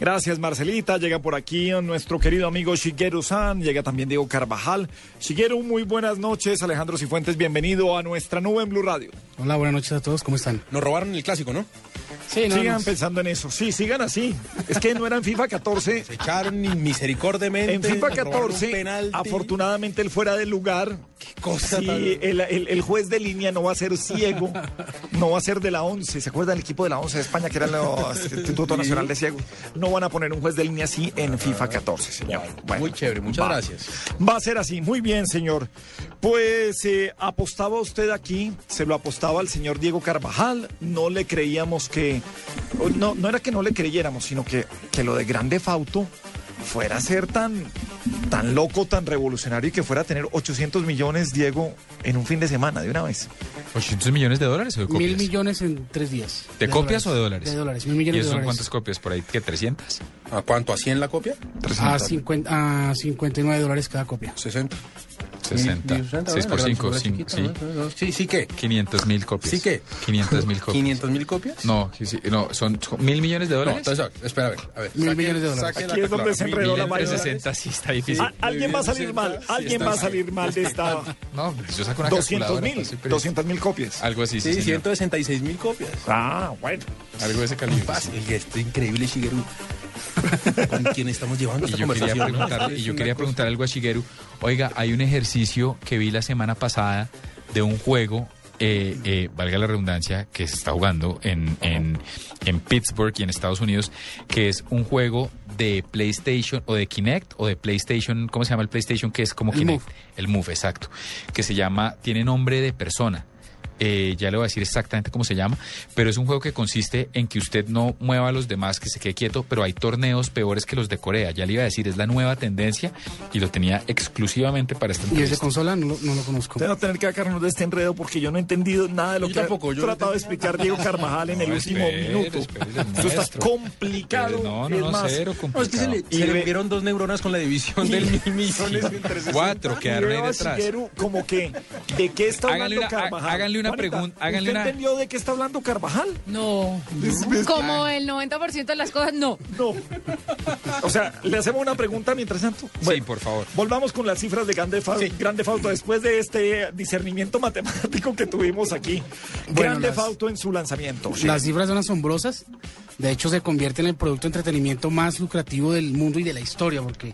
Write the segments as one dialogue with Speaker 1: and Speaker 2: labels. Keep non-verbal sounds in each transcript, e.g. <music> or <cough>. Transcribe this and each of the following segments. Speaker 1: Gracias, Marcelita. Llega por aquí nuestro querido amigo Shigeru San. Llega también Diego Carvajal. Shigeru, muy buenas noches. Alejandro Cifuentes, bienvenido a nuestra nube en Blue Radio.
Speaker 2: Hola, buenas noches a todos. ¿Cómo están? pues,
Speaker 3: Nos robaron el clásico, ¿no?
Speaker 2: Sí, no,
Speaker 1: sigan
Speaker 2: no.
Speaker 1: pensando en eso. Sí, sigan así. Es que no eran FIFA 14.
Speaker 3: Se echaron y misericordiamente.
Speaker 1: En FIFA
Speaker 3: nos robaron un
Speaker 1: 14,
Speaker 3: penalti.
Speaker 1: afortunadamente el fuera del lugar.
Speaker 3: Qué cosa
Speaker 1: Sí,
Speaker 3: tan-
Speaker 1: el, el- el juez de línea no va a ser ciego, no va a ser de la 11. ¿Se acuerda del equipo de la 11 de España que era el Instituto Nacional de Ciegos? No van a poner un juez de línea así en FIFA 14, señor. Bueno,
Speaker 3: Muy chévere, muchas
Speaker 1: va.
Speaker 3: gracias.
Speaker 1: Va a ser así, muy bien, señor. Pues eh, apostaba usted aquí, se lo apostaba al señor Diego Carvajal, no le creíamos que, o no, no era que no le creyéramos, sino que, que lo de Grande Fauto fuera a ser tan, tan loco, tan revolucionario y que fuera a tener 800 millones, Diego, en un fin de semana, de una vez.
Speaker 4: 800 millones de dólares o de copias?
Speaker 2: Mil millones en tres días.
Speaker 4: ¿De, copias o de dólares?
Speaker 2: De dólares, mil
Speaker 4: ¿Y
Speaker 2: millones
Speaker 4: eso
Speaker 2: de
Speaker 4: son
Speaker 2: dólares.
Speaker 4: cuántas copias por ahí? ¿Qué? ¿300?
Speaker 3: ¿A cuánto? ¿A 100 la copia?
Speaker 2: A, 50, a 59 dólares cada copia.
Speaker 3: 60.
Speaker 4: 60. 6 por 5, sí.
Speaker 3: Sí, sí que.
Speaker 4: 500 mil copias.
Speaker 3: ¿Sí qué?
Speaker 4: 500 mil copias.
Speaker 3: 500 mil copias.
Speaker 4: No, sí, sí, no, son son mil millones de
Speaker 3: No,
Speaker 4: dólares.
Speaker 3: entonces, espera, a ver. A ver
Speaker 2: Mil millones de dólares.
Speaker 3: saque la
Speaker 1: Aquí es donde
Speaker 3: calculadora.
Speaker 1: se
Speaker 3: Mil
Speaker 1: enredó la
Speaker 3: millones de
Speaker 1: vaina.
Speaker 3: dólares.
Speaker 4: 360 sí está difícil.
Speaker 1: A- Ah, alguien va a salir mal,
Speaker 3: Sí,
Speaker 1: alguien
Speaker 3: está
Speaker 1: va a
Speaker 3: mal.
Speaker 1: salir mal de esta
Speaker 4: No, pues yo saco una
Speaker 1: 200
Speaker 4: calculadora.
Speaker 1: mil,
Speaker 4: fácil, pero-
Speaker 1: 200 mil copias.
Speaker 3: Ah,
Speaker 4: Algo así, sí,
Speaker 3: Sí,
Speaker 4: señor.
Speaker 3: 166 mil copias.
Speaker 1: Ah, bueno.
Speaker 4: Algo de ese calibre.
Speaker 3: Fácil, el gesto increíble, Shigeru. ¿Con quién estamos llevando
Speaker 4: Y
Speaker 3: esta
Speaker 4: yo quería
Speaker 3: conversación?
Speaker 4: preguntarle, y yo quería preguntar algo a Shigeru. Oiga, hay un ejercicio que vi la semana pasada de un juego, eh, eh, valga la redundancia, que se está jugando en, en, en Pittsburgh y en Estados Unidos, que es un juego de PlayStation o de Kinect o de PlayStation, ¿cómo se llama el PlayStation? Que es como
Speaker 2: El
Speaker 4: Kinect.
Speaker 2: Move.
Speaker 4: El Move, exacto. Que se llama, tiene nombre de persona. Eh, ya le voy a decir exactamente cómo se llama, pero es un juego que consiste en que usted no mueva a los demás, que se quede quieto, pero hay torneos peores que los de Corea. Ya le iba a decir, es la nueva tendencia y lo tenía exclusivamente para este
Speaker 2: ¿Y es de consola? No, lo- no lo conozco.
Speaker 1: Usted va a tener que sacarnos de este enredo porque yo no he entendido nada de lo
Speaker 3: Yo
Speaker 1: que
Speaker 3: tampoco,
Speaker 1: ha
Speaker 3: yo no
Speaker 1: tratado de explicar Diego Carvajal en el
Speaker 4: No,
Speaker 1: último
Speaker 4: espere,
Speaker 1: minuto.
Speaker 4: espere,
Speaker 1: Esto está
Speaker 4: maestro.
Speaker 1: complicado.
Speaker 4: No,
Speaker 1: es
Speaker 4: no, no,
Speaker 1: más,
Speaker 4: cero
Speaker 3: No, es que se
Speaker 4: complicado.
Speaker 3: le,
Speaker 5: <laughs>
Speaker 1: Y
Speaker 3: se le
Speaker 1: ve-
Speaker 3: vieron dos neuronas con la división del mil millones. entre
Speaker 4: Cuatro quedaron ahí
Speaker 1: veo a
Speaker 4: detrás.
Speaker 1: Shigeru como que, ¿de qué está hablando
Speaker 4: Háganle una- há-
Speaker 1: Carvajal?
Speaker 4: háganle una
Speaker 1: Juanita,
Speaker 4: pregunta, háganle
Speaker 1: ¿usted
Speaker 4: una-
Speaker 1: entendió de qué está hablando Carvajal?
Speaker 4: No.
Speaker 6: Como el 90% de las cosas, no.
Speaker 1: No. O sea, le hacemos una pregunta mientras tanto.
Speaker 4: sí, por favor.
Speaker 1: Volvamos con las cifras de Grande, Fa- Grande Fauto después de este discernimiento matemático que tuvimos aquí.
Speaker 2: Bueno,
Speaker 1: Grande
Speaker 2: las-
Speaker 1: Fauto en su lanzamiento.
Speaker 2: Las cifras son asombrosas. De hecho, se convierte en el producto de entretenimiento más lucrativo del mundo y de la historia, porque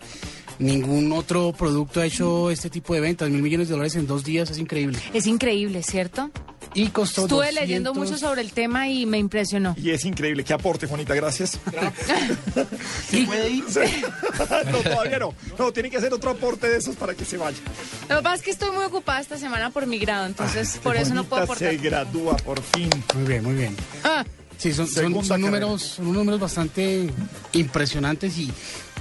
Speaker 2: ningún otro producto ha hecho este tipo de ventas. Mil millones de dólares en dos días es increíble.
Speaker 6: Es increíble, ¿cierto?
Speaker 2: Y costó.
Speaker 6: Estuve leyendo
Speaker 2: 200
Speaker 6: mucho sobre el tema y me impresionó.
Speaker 1: Y es increíble. Qué aporte, Juanita, gracias. <laughs>
Speaker 2: ¿Se puede ir?
Speaker 1: no, todavía no. No, tiene que hacer otro aporte de esos para que se vaya.
Speaker 6: Lo que pasa es que estoy muy ocupada esta semana por mi grado, entonces
Speaker 1: Ay,
Speaker 6: por eso no puedo
Speaker 1: Juanita
Speaker 6: aportar.
Speaker 1: se gradúa por fin.
Speaker 2: Muy bien, muy bien.
Speaker 6: Ah,
Speaker 2: Sí, son, son-
Speaker 1: Segunda
Speaker 2: son
Speaker 1: carrera.
Speaker 2: números, son números bastante impresionantes y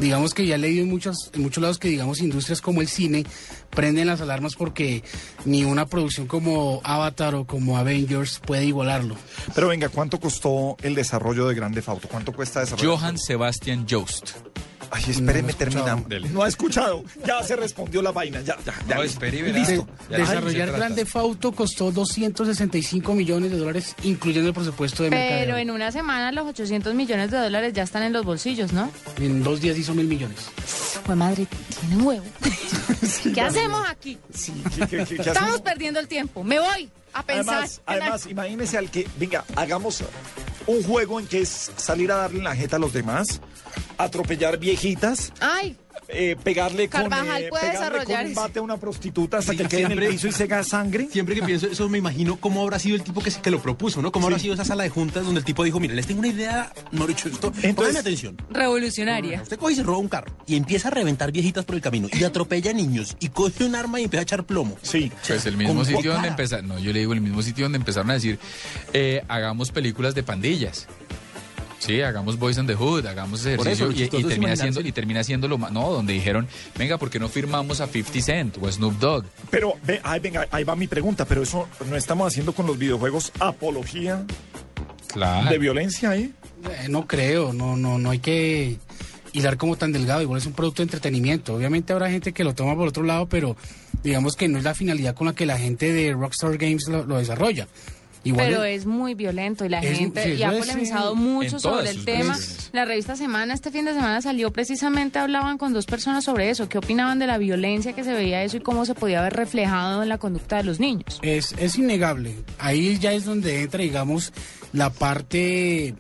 Speaker 2: digamos que ya he leído en, muchas, en muchos lados que digamos industrias como el cine prenden las alarmas porque ni una producción como Avatar o como Avengers puede igualarlo.
Speaker 1: Pero venga, ¿cuánto costó el desarrollo de Grande Fauto? ¿Cuánto cuesta desarrollar?
Speaker 4: Johann Sebastian Jost.
Speaker 1: Ay, espéreme,
Speaker 2: No lo he escuchado.
Speaker 1: terminamos.
Speaker 4: Dele.
Speaker 1: No ha escuchado. Ya se respondió la vaina. Ya, ya, ya.
Speaker 4: No, espere y verá.
Speaker 1: Listo.
Speaker 4: Ya,
Speaker 2: Desarrollar
Speaker 4: se trata.
Speaker 2: Grande Fauto costó 265 millones de dólares, incluyendo el presupuesto de mercadeo.
Speaker 6: pero en una semana los 800 millones de dólares ya están en los bolsillos, ¿no?
Speaker 2: En dos días hizo mil millones.
Speaker 6: Pues madre, tiene
Speaker 1: <laughs>
Speaker 6: huevo. ¿Qué hacemos aquí?
Speaker 1: Sí, ¿qué- qué- qué- qué
Speaker 6: Estamos
Speaker 1: hacemos?
Speaker 6: perdiendo el tiempo. Me voy a pensar.
Speaker 1: Además,
Speaker 6: en la-
Speaker 1: además, imagínese al que, venga, hagamos un juego en que es salir a darle en la jeta a los demás, atropellar viejitas,
Speaker 6: Ay,
Speaker 1: eh, pegarle con,
Speaker 6: Carvajal
Speaker 1: eh,
Speaker 6: puede
Speaker 1: pegarle con
Speaker 6: desarrollar
Speaker 1: un
Speaker 6: eso.
Speaker 1: bate a una prostituta hasta
Speaker 5: Sí,
Speaker 1: que quede en el
Speaker 5: siempre-
Speaker 1: piso y se haga sangre.
Speaker 5: Siempre que pienso eso me imagino cómo habrá sido el tipo que, se- que lo propuso, ¿no? Cómo habrá sido esa sala de juntas donde el tipo dijo, mire, les tengo una idea, no dicho esto,
Speaker 1: Entonces-
Speaker 5: pónganme atención.
Speaker 6: revolucionaria.
Speaker 5: Usted coge y se roba un carro y empieza a reventar viejitas por el camino y atropella niños y coge un arma y empieza a echar plomo.
Speaker 1: Sí.
Speaker 4: Pues el mismo
Speaker 5: Con
Speaker 4: sitio donde
Speaker 5: guacara.
Speaker 4: empezaron, no, yo le digo el mismo sitio donde empezaron a decir, eh, hagamos películas de pandillas. Sí, hagamos Boys and the Hood, hagamos ese
Speaker 5: Por
Speaker 4: ejercicio
Speaker 5: eso, lo
Speaker 4: y- y,
Speaker 5: chistoso es
Speaker 4: termina
Speaker 5: imaginarse-
Speaker 4: haciendo y termina haciendo lo ma- no, donde dijeron, venga, ¿por qué no firmamos a 50 Cent o a Snoop Dogg?
Speaker 1: Pero, ve- ay, venga, ahí va mi pregunta, pero eso no estamos haciendo con los videojuegos apología
Speaker 4: Claro.
Speaker 1: de violencia, ¿eh?
Speaker 2: Eh, no creo, no, no, no hay que hilar como tan delgado, igual es un producto de entretenimiento. Obviamente habrá gente que lo toma por otro lado, pero digamos que no es la finalidad con la que la gente de Rockstar Games lo, lo desarrolla. Igual
Speaker 6: pero
Speaker 2: el-
Speaker 6: es muy violento y la
Speaker 2: Es-
Speaker 6: gente
Speaker 2: sí,
Speaker 6: y
Speaker 2: eso
Speaker 6: ha
Speaker 2: es,
Speaker 6: polemizado
Speaker 2: sí.
Speaker 6: mucho
Speaker 4: En todas
Speaker 6: sobre el
Speaker 4: sus
Speaker 6: tema.
Speaker 4: versiones.
Speaker 6: La revista Semana este fin de semana salió precisamente, hablaban con dos personas sobre eso, qué opinaban de la violencia que se veía eso y cómo se podía ver reflejado en la conducta de los niños.
Speaker 2: Es, es innegable. Ahí ya es donde entra, digamos, la parte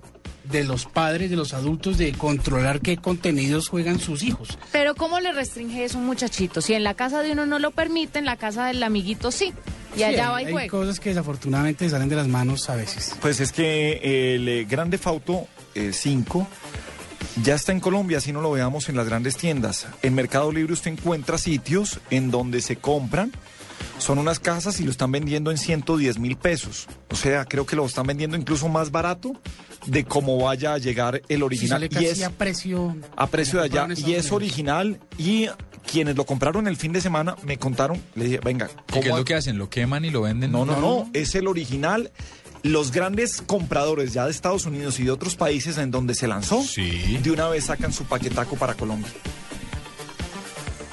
Speaker 2: de los padres, de los adultos, de controlar qué contenidos juegan sus hijos.
Speaker 6: Pero ¿cómo le restringe eso a un muchachito? Si en la casa de uno no lo permite, en la casa del amiguito sí. Y allá
Speaker 2: Sí,
Speaker 6: va y
Speaker 2: Hay
Speaker 6: juega.
Speaker 2: cosas que desafortunadamente salen de las manos a veces.
Speaker 1: Pues es que el eh, Grande Fauto 5 ya está en Colombia, si no lo veamos en las grandes tiendas. En Mercado Libre usted encuentra sitios en donde se compran. Son unas casas y lo están vendiendo en 110 mil pesos. O sea, creo que lo están vendiendo incluso más barato de cómo vaya a llegar el
Speaker 2: Y
Speaker 1: original.
Speaker 2: sale
Speaker 1: y
Speaker 2: casi
Speaker 1: es
Speaker 2: a precio...
Speaker 1: a precio de allá
Speaker 2: compraron en
Speaker 1: y es
Speaker 2: Estados Unidos.
Speaker 1: original. Y quienes lo compraron el fin de semana me contaron, le dije, venga,
Speaker 4: ¿Y ¿Qué es
Speaker 1: ¿cómo
Speaker 4: lo que hacen? ¿Lo queman y lo venden?
Speaker 1: no, no, no, es el original. Los grandes compradores ya de Estados Unidos y de otros países en donde se lanzó,
Speaker 4: Sí.
Speaker 1: de una vez sacan su paquetaco para Colombia.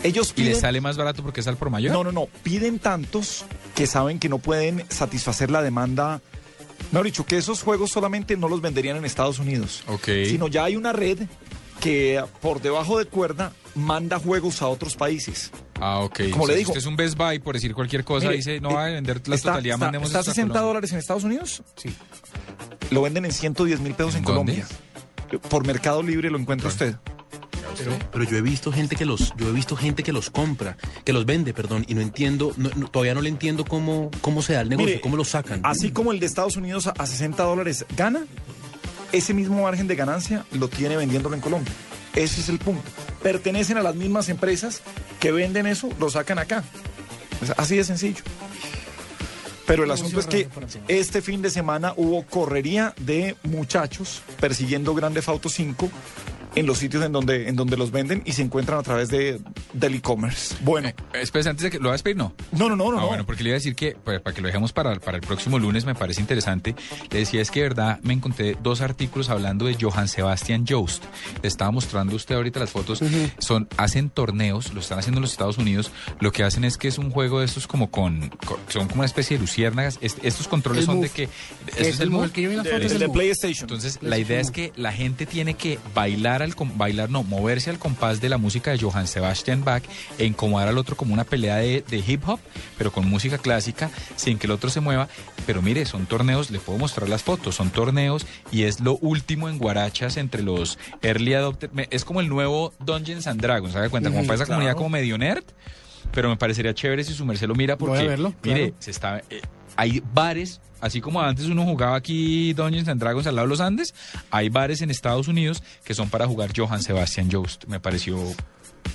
Speaker 1: Ellos
Speaker 4: ¿Y le
Speaker 1: piden,
Speaker 4: sale más barato porque es al por mayor?
Speaker 1: no, no, no, piden tantos que saben que no pueden satisfacer la demanda. Me han dicho que esos juegos solamente no los venderían en Estados Unidos,
Speaker 4: Ok.
Speaker 1: sino ya hay una red que por debajo de cuerda manda juegos a otros países.
Speaker 4: Ah, ok.
Speaker 1: Como
Speaker 4: O
Speaker 1: le
Speaker 4: sea, si
Speaker 1: digo-
Speaker 4: usted es un Best Buy, por decir cualquier cosa,
Speaker 1: Mire, eh,
Speaker 4: dice, Pues no va a vender la
Speaker 1: está,
Speaker 4: totalidad,
Speaker 1: está-
Speaker 4: mandemos
Speaker 1: está a
Speaker 4: esto a
Speaker 1: 60
Speaker 4: Colombia.
Speaker 1: dólares en Estados Unidos?
Speaker 2: Sí.
Speaker 1: Lo venden en 110 mil pesos en,
Speaker 4: ¿En
Speaker 1: Colombia. Por Mercado Libre lo encuentra usted.
Speaker 5: Pero, pero yo he visto gente que los, yo he visto gente que los compra, que los vende, perdón, y no entiendo, no- no- todavía no le entiendo cómo, cómo se da el negocio,
Speaker 1: Mire,
Speaker 5: cómo lo sacan.
Speaker 1: Así como el de Estados Unidos a- a 60 dólares gana, ese mismo margen de ganancia lo tiene vendiéndolo en Colombia. Ese es el punto. Pertenecen a las mismas empresas que venden eso, lo sacan acá. Es así de sencillo. Pero el asunto es que este fin de semana hubo correría de muchachos persiguiendo Grande Fauto 5 en los sitios en donde, en donde los venden y se encuentran a través de, del e-commerce. Bueno,
Speaker 4: Eh, espérese, antes de que lo va a despedir, no.
Speaker 1: no, no, no, no.
Speaker 4: Ah,
Speaker 1: no.
Speaker 4: bueno, porque le iba a decir que, pues, para que lo dejemos para, para el próximo lunes, me parece interesante. Le decía, es que de verdad me encontré dos artículos hablando de Johann Sebastian Jost. Le estaba mostrando a usted ahorita las fotos. son Hacen torneos, lo están haciendo en los Estados Unidos. Lo que hacen es que es un juego de estos como con, con- son como una especie de luciérnagas. Est- estos controles
Speaker 2: El
Speaker 4: son
Speaker 2: move.
Speaker 4: de que... ¿Eso
Speaker 2: Es el move, el que yo vi en las
Speaker 1: De-
Speaker 2: fotos
Speaker 1: de-
Speaker 2: es el
Speaker 1: de
Speaker 2: move.
Speaker 1: PlayStation.
Speaker 4: Entonces, la idea es que la gente tiene que bailar al com- bailar, no, moverse al compás de la música de Johann Sebastian Bach e incomodar al otro como una pelea de, de hip hop, pero con música clásica, sin que el otro se mueva. Pero mire, son torneos, le puedo mostrar las fotos, son torneos y es lo último en Guarachas entre los early adopters. Me- Es como el nuevo Dungeons and Dragons, ¿sabe cuenta? Como
Speaker 2: Ujú,
Speaker 4: para esa comunidad
Speaker 1: claro.
Speaker 4: como medio nerd, pero me parecería chévere si su merced lo mira
Speaker 2: Voy a
Speaker 4: porque,
Speaker 2: verlo,
Speaker 4: mire,
Speaker 2: claro.
Speaker 4: se está... eh, hay bares, así como antes uno jugaba aquí Dungeons and Dragons al lado de los Andes, hay bares en Estados Unidos que son para jugar Johann Sebastian Jost. Me pareció.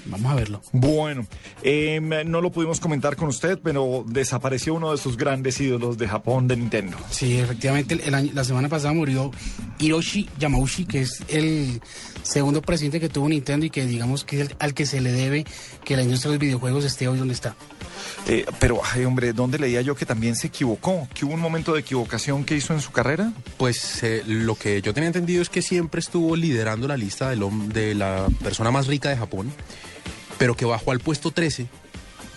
Speaker 2: Vamos a verlo.
Speaker 1: Bueno, em, no lo pudimos comentar con usted, pero desapareció uno de sus grandes ídolos de Japón de Nintendo.
Speaker 2: Sí, efectivamente, el- el año- la semana pasada murió Hiroshi Yamauchi, que es el segundo presidente que tuvo Nintendo y que digamos que es el- al que se le debe que la industria de los videojuegos esté hoy donde está.
Speaker 1: Eh, pero, ay, hombre, ¿dónde leía yo que también se equivocó? ¿Que hubo un momento de equivocación que hizo en su carrera?
Speaker 5: Pues eh, lo que yo tenía entendido es que siempre estuvo liderando la lista del hom- de la persona más rica de Japón, pero que bajó al puesto 13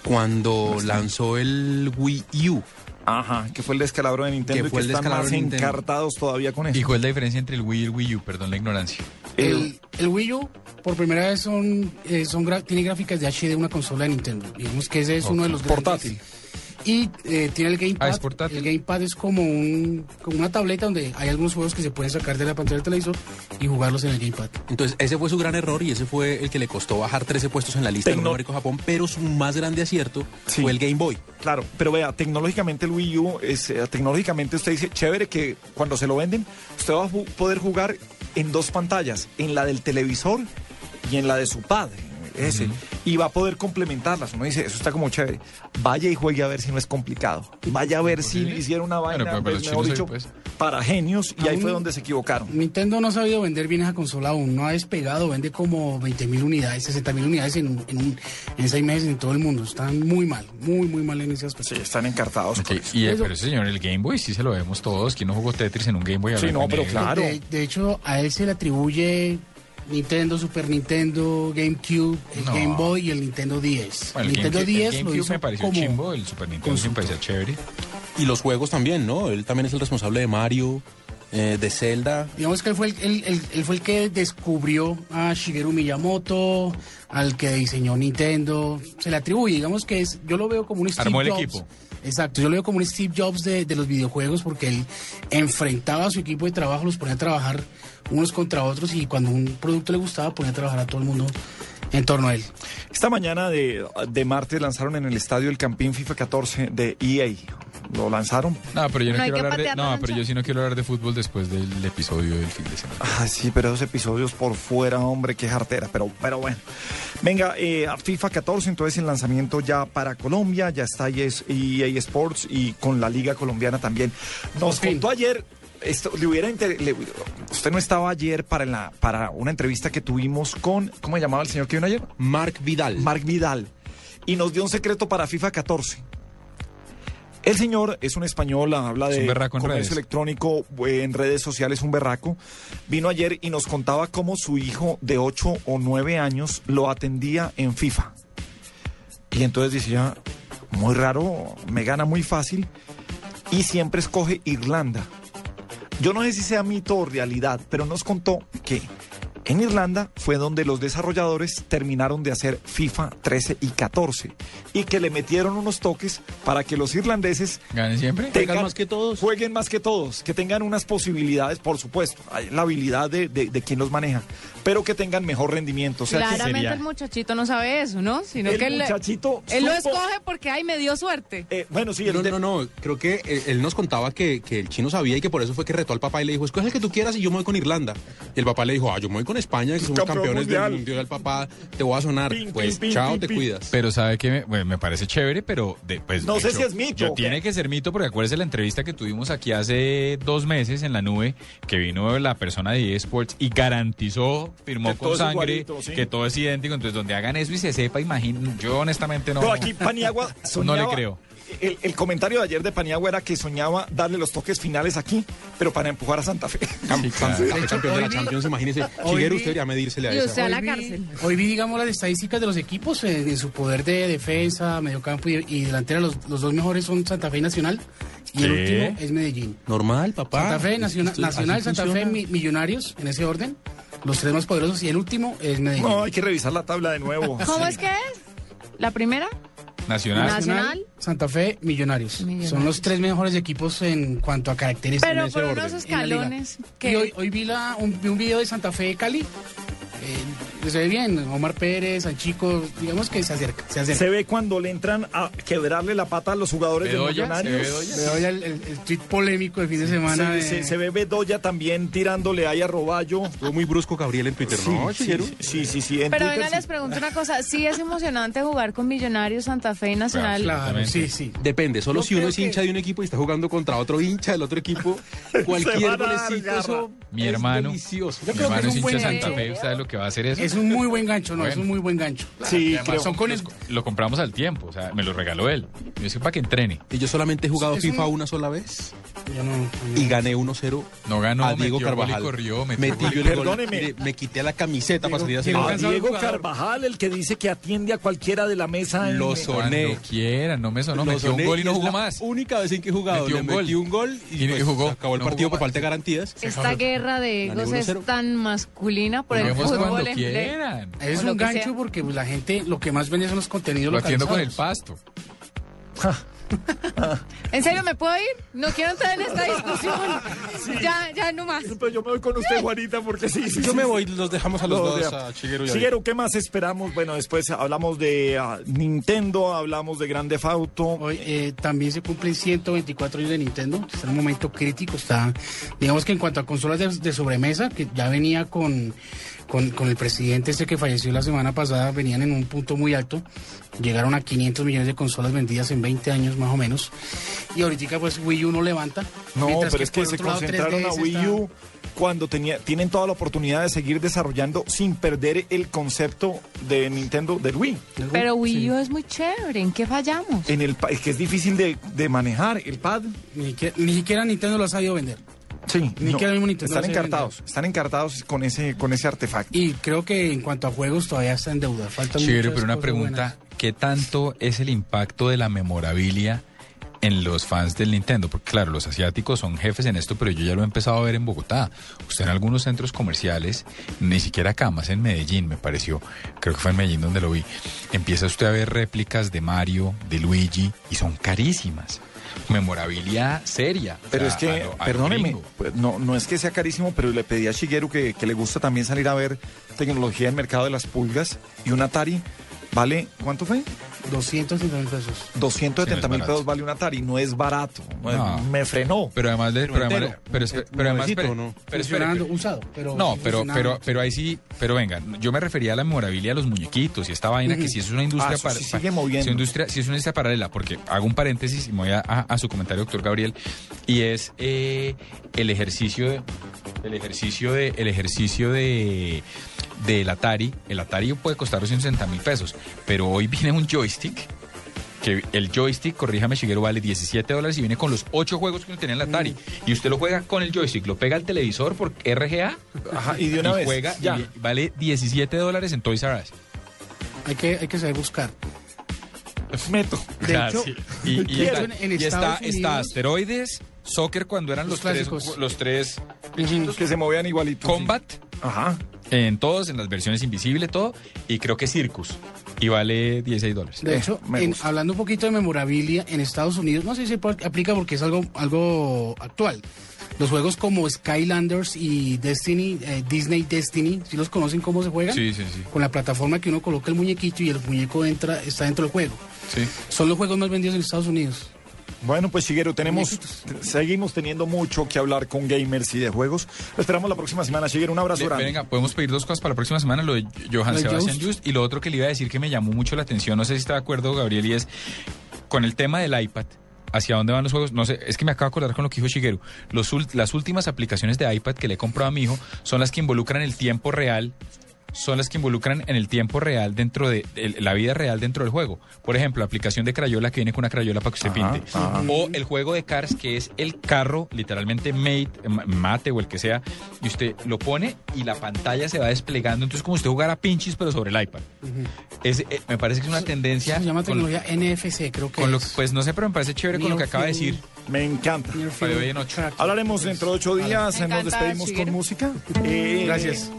Speaker 5: cuando
Speaker 1: Ah,
Speaker 5: lanzó el Wii U.
Speaker 1: Ajá, que fue el descalabro de Nintendo
Speaker 5: Que
Speaker 1: y
Speaker 5: fue
Speaker 1: que
Speaker 5: el
Speaker 1: están
Speaker 5: descalabro
Speaker 1: más
Speaker 5: de Nintendo.
Speaker 1: encartados todavía con
Speaker 4: ¿Y
Speaker 1: eso.
Speaker 4: cuál es la diferencia entre el Wii y el Wii U? Perdón la ignorancia.
Speaker 2: El, el Wii U, por primera vez, son, eh, son gra- tiene gráficas de HD, una consola de Nintendo. Digamos que ese es uno de los grandes.
Speaker 1: Portátil.
Speaker 2: Y eh, tiene el
Speaker 4: Ah,
Speaker 2: Gamepad.
Speaker 4: es portátil.
Speaker 2: El Gamepad es como, un, como una tableta donde hay algunos juegos que se pueden sacar de la pantalla del televisor y jugarlos en el Gamepad.
Speaker 5: Entonces ese fue su gran error y ese fue el que le costó bajar 13 puestos en la lista
Speaker 1: Tecno-
Speaker 5: del numérico Japón, pero su más grande acierto
Speaker 1: Sí.
Speaker 5: fue el Game Boy.
Speaker 1: Claro, pero vea, tecnológicamente el Wii U, es, eh, tecnológicamente usted dice, chévere que cuando se lo venden, usted va a ju- poder jugar en dos pantallas, en la del televisor y en la de su padre, ese, y va a poder complementarlas. Uno dice, eso está como chévere. Vaya y juegue a ver si no es complicado. Vaya a ver si
Speaker 4: Posible.
Speaker 1: hicieron una
Speaker 4: Bueno,
Speaker 1: vaina,
Speaker 4: pero para
Speaker 1: pues,
Speaker 4: los
Speaker 1: mejor
Speaker 4: chinos
Speaker 1: dicho,
Speaker 4: hoy,
Speaker 1: para genios, y ahí
Speaker 2: Aún-
Speaker 1: fue donde se equivocaron.
Speaker 2: Nintendo no ha sabido vender bien esa consola aún, no ha despegado, vende como 20.000 unidades, 60.000 unidades en, en, un- en seis meses en todo el mundo. Están muy mal, muy, muy mal en ese aspecto.
Speaker 1: Sí, están encartados. con eso.
Speaker 4: Y, eh, pero ese señor, el Game Boy, sí se lo vemos todos. ¿Quién no jugó Tetris en un Game Boy? a
Speaker 1: Sí,
Speaker 4: blanco
Speaker 1: no,
Speaker 4: y
Speaker 1: pero
Speaker 4: negro?
Speaker 1: claro.
Speaker 2: De, de hecho, a él se le atribuye Nintendo, Super Nintendo, GameCube, el
Speaker 4: No.
Speaker 2: Game Boy y el Nintendo 10.
Speaker 4: Bueno, el
Speaker 2: Nintendo
Speaker 4: Game- el
Speaker 2: 10 lo
Speaker 4: GameCube
Speaker 2: hizo
Speaker 4: me pareció
Speaker 2: como...
Speaker 4: chimbo, el Super Nintendo me
Speaker 2: consultor.
Speaker 4: parecía chévere.
Speaker 5: Y los juegos también, ¿no? Él también es el responsable de Mario, eh, de Zelda.
Speaker 2: Digamos que él fue el, el- el- él fue el que descubrió a Shigeru Miyamoto, al que diseñó Nintendo. Se le atribuye, digamos que es, yo lo veo como un Steve
Speaker 4: Armó el
Speaker 2: Jobs.
Speaker 4: equipo.
Speaker 2: Exacto, yo lo veo como un Steve Jobs de, de los videojuegos porque él enfrentaba a su equipo de trabajo, los ponía a trabajar unos contra otros y cuando un producto le gustaba ponía a trabajar a todo el mundo en torno a él.
Speaker 1: Esta mañana de, de martes lanzaron en el estadio el Campín FIFA 14 de EA. Lo lanzaron.
Speaker 4: No, pero yo no,
Speaker 7: No hay
Speaker 4: quiero
Speaker 7: que
Speaker 4: hablar de.
Speaker 7: patear la
Speaker 4: No,
Speaker 7: cancha.
Speaker 4: pero yo sí no quiero hablar de fútbol después del episodio del fin de semana.
Speaker 1: Ah, sí, pero esos episodios por fuera, hombre, qué jartera. Pero, pero bueno. Venga, eh, a FIFA 14, entonces el lanzamiento ya para Colombia, ya está E ES EA Sports y con la Liga Colombiana también. Nos
Speaker 2: Por fin.
Speaker 1: contó ayer. Esto, le hubiera inter- le- usted no estaba ayer para, la, para una entrevista que tuvimos con, ¿cómo se llamaba el señor que vino ayer?
Speaker 5: Mark Vidal.
Speaker 1: Mark Vidal, y nos dio un secreto para FIFA 14. El señor es un español, habla
Speaker 4: Es un
Speaker 1: de
Speaker 4: berraco en
Speaker 1: comercio
Speaker 4: redes.
Speaker 1: electrónico, eh, en redes sociales, un berraco. Vino ayer y nos contaba cómo su hijo de 8 o 9 años lo atendía en FIFA. Y entonces decía, muy raro, me gana muy fácil y siempre escoge Irlanda. Yo no sé si sea mito o realidad, pero nos contó que en Irlanda fue donde los desarrolladores terminaron de hacer FIFA 13 y 14 y que le metieron unos toques para que los irlandeses
Speaker 4: ¿Ganen siempre?
Speaker 1: tengan-
Speaker 3: más que todos.
Speaker 1: Jueguen más que todos, que tengan unas posibilidades, por supuesto, hay la habilidad de, de- de quien los maneja, pero que tengan mejor rendimiento. O sea, que
Speaker 6: Claramente
Speaker 1: sería-
Speaker 6: el muchachito no sabe eso, ¿no? Sino
Speaker 1: El
Speaker 6: que él,
Speaker 1: muchachito
Speaker 6: él lo
Speaker 1: supo-
Speaker 6: escoge porque, ay, me dio suerte.
Speaker 1: Eh, bueno, sí, el
Speaker 5: No,
Speaker 1: de-
Speaker 5: no, no, creo que él, él nos contaba que, que el chino sabía y que por eso fue que retó al papá y le dijo, escoge el que tú quieras y yo me voy con Irlanda. Y el papá le dijo, ah, yo me voy con España, que somos
Speaker 1: Campeón
Speaker 5: campeones
Speaker 1: mundial.
Speaker 5: del mundial, papá, te voy a sonar.
Speaker 1: Pin,
Speaker 5: pues
Speaker 1: pin, pin,
Speaker 5: chao,
Speaker 1: pin,
Speaker 5: te
Speaker 1: pin.
Speaker 5: cuidas.
Speaker 4: Pero sabe que me, bueno, me parece chévere, pero de- pues,
Speaker 1: No
Speaker 4: de
Speaker 1: sé si es mito,
Speaker 4: yo-
Speaker 1: ¿o qué?
Speaker 4: tiene que ser mito porque acuérdese la entrevista que tuvimos aquí hace dos meses en la nube que vino la persona de eSports y garantizó, firmó
Speaker 1: Que todo
Speaker 4: con
Speaker 1: es
Speaker 4: sangre
Speaker 1: igualito, sí.
Speaker 4: que todo es idéntico. Entonces donde hagan eso y se sepa, imagino. Yo honestamente no.
Speaker 1: No, aquí Paniagua soñaba.
Speaker 4: le creo.
Speaker 1: El, el comentario de ayer de Paniagua era que soñaba darle los toques finales aquí, pero para empujar a Santa Fe. <laughs>
Speaker 5: Cam- Santa
Speaker 4: Sí, claro.
Speaker 5: Fe
Speaker 2: De hecho,
Speaker 5: Ah, campeón de la
Speaker 2: hoy vi-
Speaker 5: Champions, imagínese.
Speaker 2: hoy
Speaker 5: Chiguero,
Speaker 2: vi-
Speaker 5: usted debería medírsele a
Speaker 6: Y
Speaker 5: esa.
Speaker 6: usted a la
Speaker 2: Hoy vi-
Speaker 6: cárcel.
Speaker 2: Hoy vi, digamos, las estadísticas de los equipos eh, en, su poder de defensa, mediocampo y, y delantera. Los, los dos mejores son Santa Fe y Nacional y el
Speaker 4: ¿Qué?
Speaker 2: último es Medellín.
Speaker 5: Normal, papá.
Speaker 2: Santa Fe, Nacional,
Speaker 5: Esto-
Speaker 2: Nacional
Speaker 5: así
Speaker 2: Santa Fe,
Speaker 5: funciona.
Speaker 2: Mi- Millonarios, en ese orden. Los tres más poderosos y el último es Medellín.
Speaker 1: No, hay que revisar la tabla de nuevo.
Speaker 6: ¿Cómo es que es? ¿La primera?
Speaker 4: Nacional.
Speaker 6: Nacional.
Speaker 2: Santa Fe, Millonarios.
Speaker 6: Millonarios.
Speaker 2: Son los tres mejores equipos en cuanto a características.
Speaker 6: Pero
Speaker 2: en ese
Speaker 6: por
Speaker 2: orden,
Speaker 6: unos
Speaker 2: en la liga.
Speaker 6: escalones
Speaker 2: Y
Speaker 6: que-
Speaker 2: hoy, hoy vi la- un, vi un video de Santa Fe de Cali. Eh, se ve bien, Omar Pérez, Sanchico, digamos que se acerca. Se acerca.
Speaker 1: Se ve cuando le entran a quebrarle la pata a los jugadores de
Speaker 4: Bedoya, se ve
Speaker 1: Millonarios.
Speaker 4: Bedoya.
Speaker 2: Veo ya el, el, el tuit polémico del fin de semana.
Speaker 1: Se,
Speaker 2: de-
Speaker 1: se- se ve Bedoya también tirándole ahí a Roballo.
Speaker 5: Estuvo muy brusco Gabriel en Twitter, ¿no,
Speaker 1: sí,
Speaker 5: Chiguero?
Speaker 1: sí, sí, sí, sí, en
Speaker 6: Pero
Speaker 1: Twitter
Speaker 6: venga,
Speaker 1: sí.
Speaker 6: les pregunto una cosa. Sí es emocionante jugar con Millonarios, Santa Fe y Nacional.
Speaker 2: Claro,
Speaker 4: Exactamente.
Speaker 2: sí, sí.
Speaker 5: Depende, solo
Speaker 2: Yo
Speaker 5: si uno
Speaker 2: creo
Speaker 5: es hincha
Speaker 2: que-
Speaker 5: de un equipo y está jugando contra otro hincha del otro equipo,
Speaker 1: Se
Speaker 5: cualquier
Speaker 1: van a dar
Speaker 5: golecito
Speaker 1: garra.
Speaker 5: eso
Speaker 4: Mi
Speaker 5: es
Speaker 4: hermano.
Speaker 5: delicioso.
Speaker 2: Yo
Speaker 4: Mi
Speaker 2: creo que
Speaker 4: hermano
Speaker 2: es un
Speaker 4: hincha
Speaker 2: buen
Speaker 4: de Santa
Speaker 6: gancho.
Speaker 4: Fe, ¿sabe lo que va a hacer eso?
Speaker 2: Es un muy buen gancho, no,
Speaker 4: Bueno.
Speaker 2: es un muy buen gancho.
Speaker 1: Sí,
Speaker 2: Además,
Speaker 1: creo.
Speaker 2: son con el-
Speaker 4: Lo compramos al tiempo, o sea, me lo regaló él. Yo es que para que entrene.
Speaker 5: Y yo solamente he jugado
Speaker 2: Es
Speaker 5: FIFA
Speaker 2: un-
Speaker 5: una sola vez
Speaker 2: Yo no- yo no-
Speaker 5: y gané 1-0.
Speaker 4: No ganó,
Speaker 5: a Diego
Speaker 4: metió gol y
Speaker 5: Carvajal.
Speaker 4: corrió, metió
Speaker 5: Metí
Speaker 4: gol y-
Speaker 5: yo el gol,
Speaker 1: Perdóneme.
Speaker 5: mire, me quité la camiseta para salir a hacer
Speaker 2: Diego
Speaker 1: A
Speaker 5: el
Speaker 2: Cansado
Speaker 5: gol.
Speaker 2: el
Speaker 1: Ah, Diego
Speaker 2: jugador.
Speaker 1: Carvajal, el que dice que atiende a cualquiera de la mesa. en-
Speaker 5: Lo soné.
Speaker 4: Cuando quieran, no me sonó,
Speaker 5: Lo
Speaker 4: metió un
Speaker 5: soné
Speaker 4: gol y no
Speaker 5: es
Speaker 4: jugó
Speaker 5: la
Speaker 4: más.
Speaker 5: Única vez en que he jugado,
Speaker 4: Metió
Speaker 5: le
Speaker 4: un gol.
Speaker 5: metí un gol y,
Speaker 4: Y
Speaker 5: pues,
Speaker 4: jugó.
Speaker 5: acabó el
Speaker 4: No
Speaker 5: partido
Speaker 4: jugó
Speaker 5: por
Speaker 4: más.
Speaker 5: falta de garantías.
Speaker 6: Esta guerra de
Speaker 5: Gané
Speaker 6: egos es
Speaker 5: 1-0.
Speaker 6: tan masculina por el
Speaker 4: Juguemos
Speaker 6: fútbol.
Speaker 4: cuando
Speaker 6: en-
Speaker 4: quieran.
Speaker 2: Es
Speaker 6: O lo
Speaker 2: un
Speaker 6: que
Speaker 2: gancho
Speaker 6: sea.
Speaker 2: porque pues, la gente lo que más vende son los contenidos
Speaker 4: Lo atiendo con el
Speaker 2: localizados.
Speaker 4: pasto.
Speaker 6: ¿En serio me puedo ir? No quiero entrar en esta discusión. Ya, ya no más.
Speaker 1: Pero yo me voy con usted, Juanita, porque sí, sí,
Speaker 5: Yo
Speaker 1: sí,
Speaker 5: me
Speaker 1: sí.
Speaker 5: voy, los dejamos a los
Speaker 1: Los
Speaker 5: dos,
Speaker 1: de-
Speaker 5: a Chiguero y a
Speaker 1: Chiguero, ¿qué más esperamos? Bueno, después hablamos de ah, Nintendo, hablamos de Grande Auto.
Speaker 2: Hoy eh, también se cumplen 124 años de Nintendo, está en un momento crítico, está, digamos que en cuanto a consolas de, de sobremesa, que ya venía con, con, con el presidente ese que falleció la semana pasada, venían en un punto muy alto, llegaron a 500 millones de consolas vendidas en 20 años más o menos, y ahorita pues Wii U no levanta.
Speaker 1: No,
Speaker 2: mientras
Speaker 1: pero es que
Speaker 2: por
Speaker 1: se
Speaker 2: otro lado,
Speaker 1: concentraron a
Speaker 2: 3DS
Speaker 1: Wii
Speaker 2: está-
Speaker 1: U cuando tenía, tienen toda la oportunidad de seguir desarrollando sin perder el concepto de Nintendo del Wii.
Speaker 6: Pero Wii U es muy chévere. ¿En qué fallamos?
Speaker 1: En el pa- es que es difícil de, de manejar el pad.
Speaker 2: Ni siquiera, ni siquiera Nintendo lo ha sabido vender.
Speaker 1: Sí,
Speaker 2: Ni siquiera el mismo Nintendo
Speaker 1: están
Speaker 2: hace
Speaker 1: encartados, están encartados con ese con ese artefacto.
Speaker 2: Y creo que en cuanto a juegos todavía está en deuda. Faltan
Speaker 4: Chévere,
Speaker 2: muchas
Speaker 4: pero una
Speaker 2: cosas
Speaker 4: pregunta,
Speaker 2: buenas.
Speaker 4: ¿qué tanto es el impacto de la memorabilia en los fans del Nintendo, porque claro, los asiáticos son jefes en esto, pero yo ya lo he empezado a ver en Bogotá. Usted en algunos centros comerciales, ni siquiera acá, más en Medellín, me pareció, creo que fue en Medellín donde lo vi, empieza usted a ver réplicas de Mario, de Luigi, y son carísimas. Memorabilia seria. o
Speaker 1: Pero
Speaker 4: sea,
Speaker 1: es que,
Speaker 4: a lo- a lo
Speaker 1: perdóneme,
Speaker 4: ah, gringo.
Speaker 1: pues, no, no es que sea carísimo, pero le pedí a Shigeru que, que le gusta también salir a ver tecnología del mercado de las pulgas y un Atari vale, ¿cuánto fue?
Speaker 2: 250 mil pesos.
Speaker 1: 270 mil
Speaker 4: barato.
Speaker 1: pesos vale un Atari, no es barato, no es-
Speaker 4: No.
Speaker 1: me frenó.
Speaker 4: Pero además, de, pero, además,
Speaker 5: entero.
Speaker 4: pero, espe-
Speaker 5: Eh,
Speaker 4: pero además,
Speaker 5: nuevecito,
Speaker 4: pero-
Speaker 5: ¿no?
Speaker 4: pero espere,
Speaker 2: Funcionando,
Speaker 4: pero-
Speaker 2: usado, pero
Speaker 4: No,
Speaker 2: sí
Speaker 4: pero,
Speaker 2: funcionando.
Speaker 4: pero, pero ahí sí, pero venga, yo me refería a la memorabilia, a los muñequitos y esta vaina que si es una industria
Speaker 1: Ah, eso
Speaker 4: par-
Speaker 1: sí
Speaker 4: par-
Speaker 1: sigue moviendo.
Speaker 4: si una industria, si es una industria paralela, porque hago un paréntesis y me voy a, a- a su comentario, doctor Gabriel, y es eh, el ejercicio de, el ejercicio de, el ejercicio de del Atari, el Atari puede costar 260 mil pesos, pero hoy viene un joystick que el joystick, corríjame Shigeru, vale 17 dólares y viene con los 8 juegos que uno tenía en la Atari.
Speaker 1: Mm.
Speaker 4: Y usted lo juega con el joystick, lo pega al televisor por RGA
Speaker 1: Ajá, y de una
Speaker 4: y
Speaker 1: vez,
Speaker 4: juega
Speaker 1: ya.
Speaker 4: y vale 17 dólares en Toys R Us.
Speaker 2: Hay que, hay que saber buscar.
Speaker 1: meto.
Speaker 2: De hecho,
Speaker 4: sí. <laughs> y, y
Speaker 2: quiero
Speaker 4: está,
Speaker 2: en- en
Speaker 4: y está-
Speaker 2: Estados
Speaker 4: está
Speaker 2: Unidos-
Speaker 4: Asteroides, Soccer cuando eran los,
Speaker 2: Los
Speaker 4: tres,
Speaker 2: clásicos.
Speaker 4: los tres
Speaker 1: Que se movían igualitos. sí.
Speaker 4: Combat
Speaker 1: Ajá.
Speaker 4: en todos, en las versiones invisible, todo, y creo que Circus. Y vale 16 dólares.
Speaker 2: De
Speaker 1: Eh,
Speaker 2: hecho,
Speaker 1: me
Speaker 2: en-
Speaker 1: gusta.
Speaker 2: hablando un poquito de memorabilia en Estados Unidos, no sé si por- aplica porque es algo, algo actual. Los juegos como Skylanders y Destiny, eh, Disney Destiny, si los conocen cómo se juegan?
Speaker 4: Sí, sí, sí.
Speaker 2: Con la plataforma que uno coloca el muñequito y el muñeco entra, está dentro del juego.
Speaker 4: Sí.
Speaker 2: Son los juegos más vendidos en Estados Unidos.
Speaker 1: Bueno, pues Shigeru, tenemos,
Speaker 2: Muñequitos.
Speaker 1: te- seguimos teniendo mucho que hablar con gamers y de juegos. Lo esperamos la próxima semana, Shigeru. Un abrazo
Speaker 4: Le-
Speaker 1: grande.
Speaker 4: venga, podemos pedir dos cosas para la próxima semana, lo de Johan
Speaker 2: Lo de
Speaker 4: Sebastián
Speaker 2: Just.
Speaker 4: Just y lo otro que le iba a decir que me llamó mucho la atención, no sé si está de acuerdo Gabriel, y es con el tema del iPad. ¿Hacia dónde van los juegos? No sé, es que me acabo de acordar con lo que dijo Shigeru. Los ul- las últimas aplicaciones de iPad que le he comprado a mi hijo son las que involucran el tiempo real, son las que involucran en el tiempo real dentro de, el- la vida real dentro del juego. Por ejemplo, la aplicación de Crayola que viene con una Crayola para que usted
Speaker 1: Ajá,
Speaker 4: pinte.
Speaker 1: ajá.
Speaker 4: O el juego de Cars, que es el carro, literalmente mate, ma- mate o el que sea, y usted lo pone y la pantalla se va desplegando. Entonces, como usted jugara pinches, pero sobre el iPad. Es, eh, me parece que es una tendencia.
Speaker 2: Se llama
Speaker 4: con-
Speaker 2: tecnología NFC, creo que
Speaker 4: con lo que-
Speaker 2: es.
Speaker 4: pues no sé, pero me parece chévere con lo que acaba de decir.
Speaker 1: Me encanta.
Speaker 2: Near
Speaker 4: Para
Speaker 2: Field
Speaker 4: hoy en ocho.
Speaker 2: Tracking.
Speaker 1: Hablaremos dentro de ocho días.
Speaker 6: Me
Speaker 1: Nos
Speaker 6: encanta,
Speaker 1: despedimos con
Speaker 6: Shigeru.
Speaker 1: música. Eh,
Speaker 2: Gracias.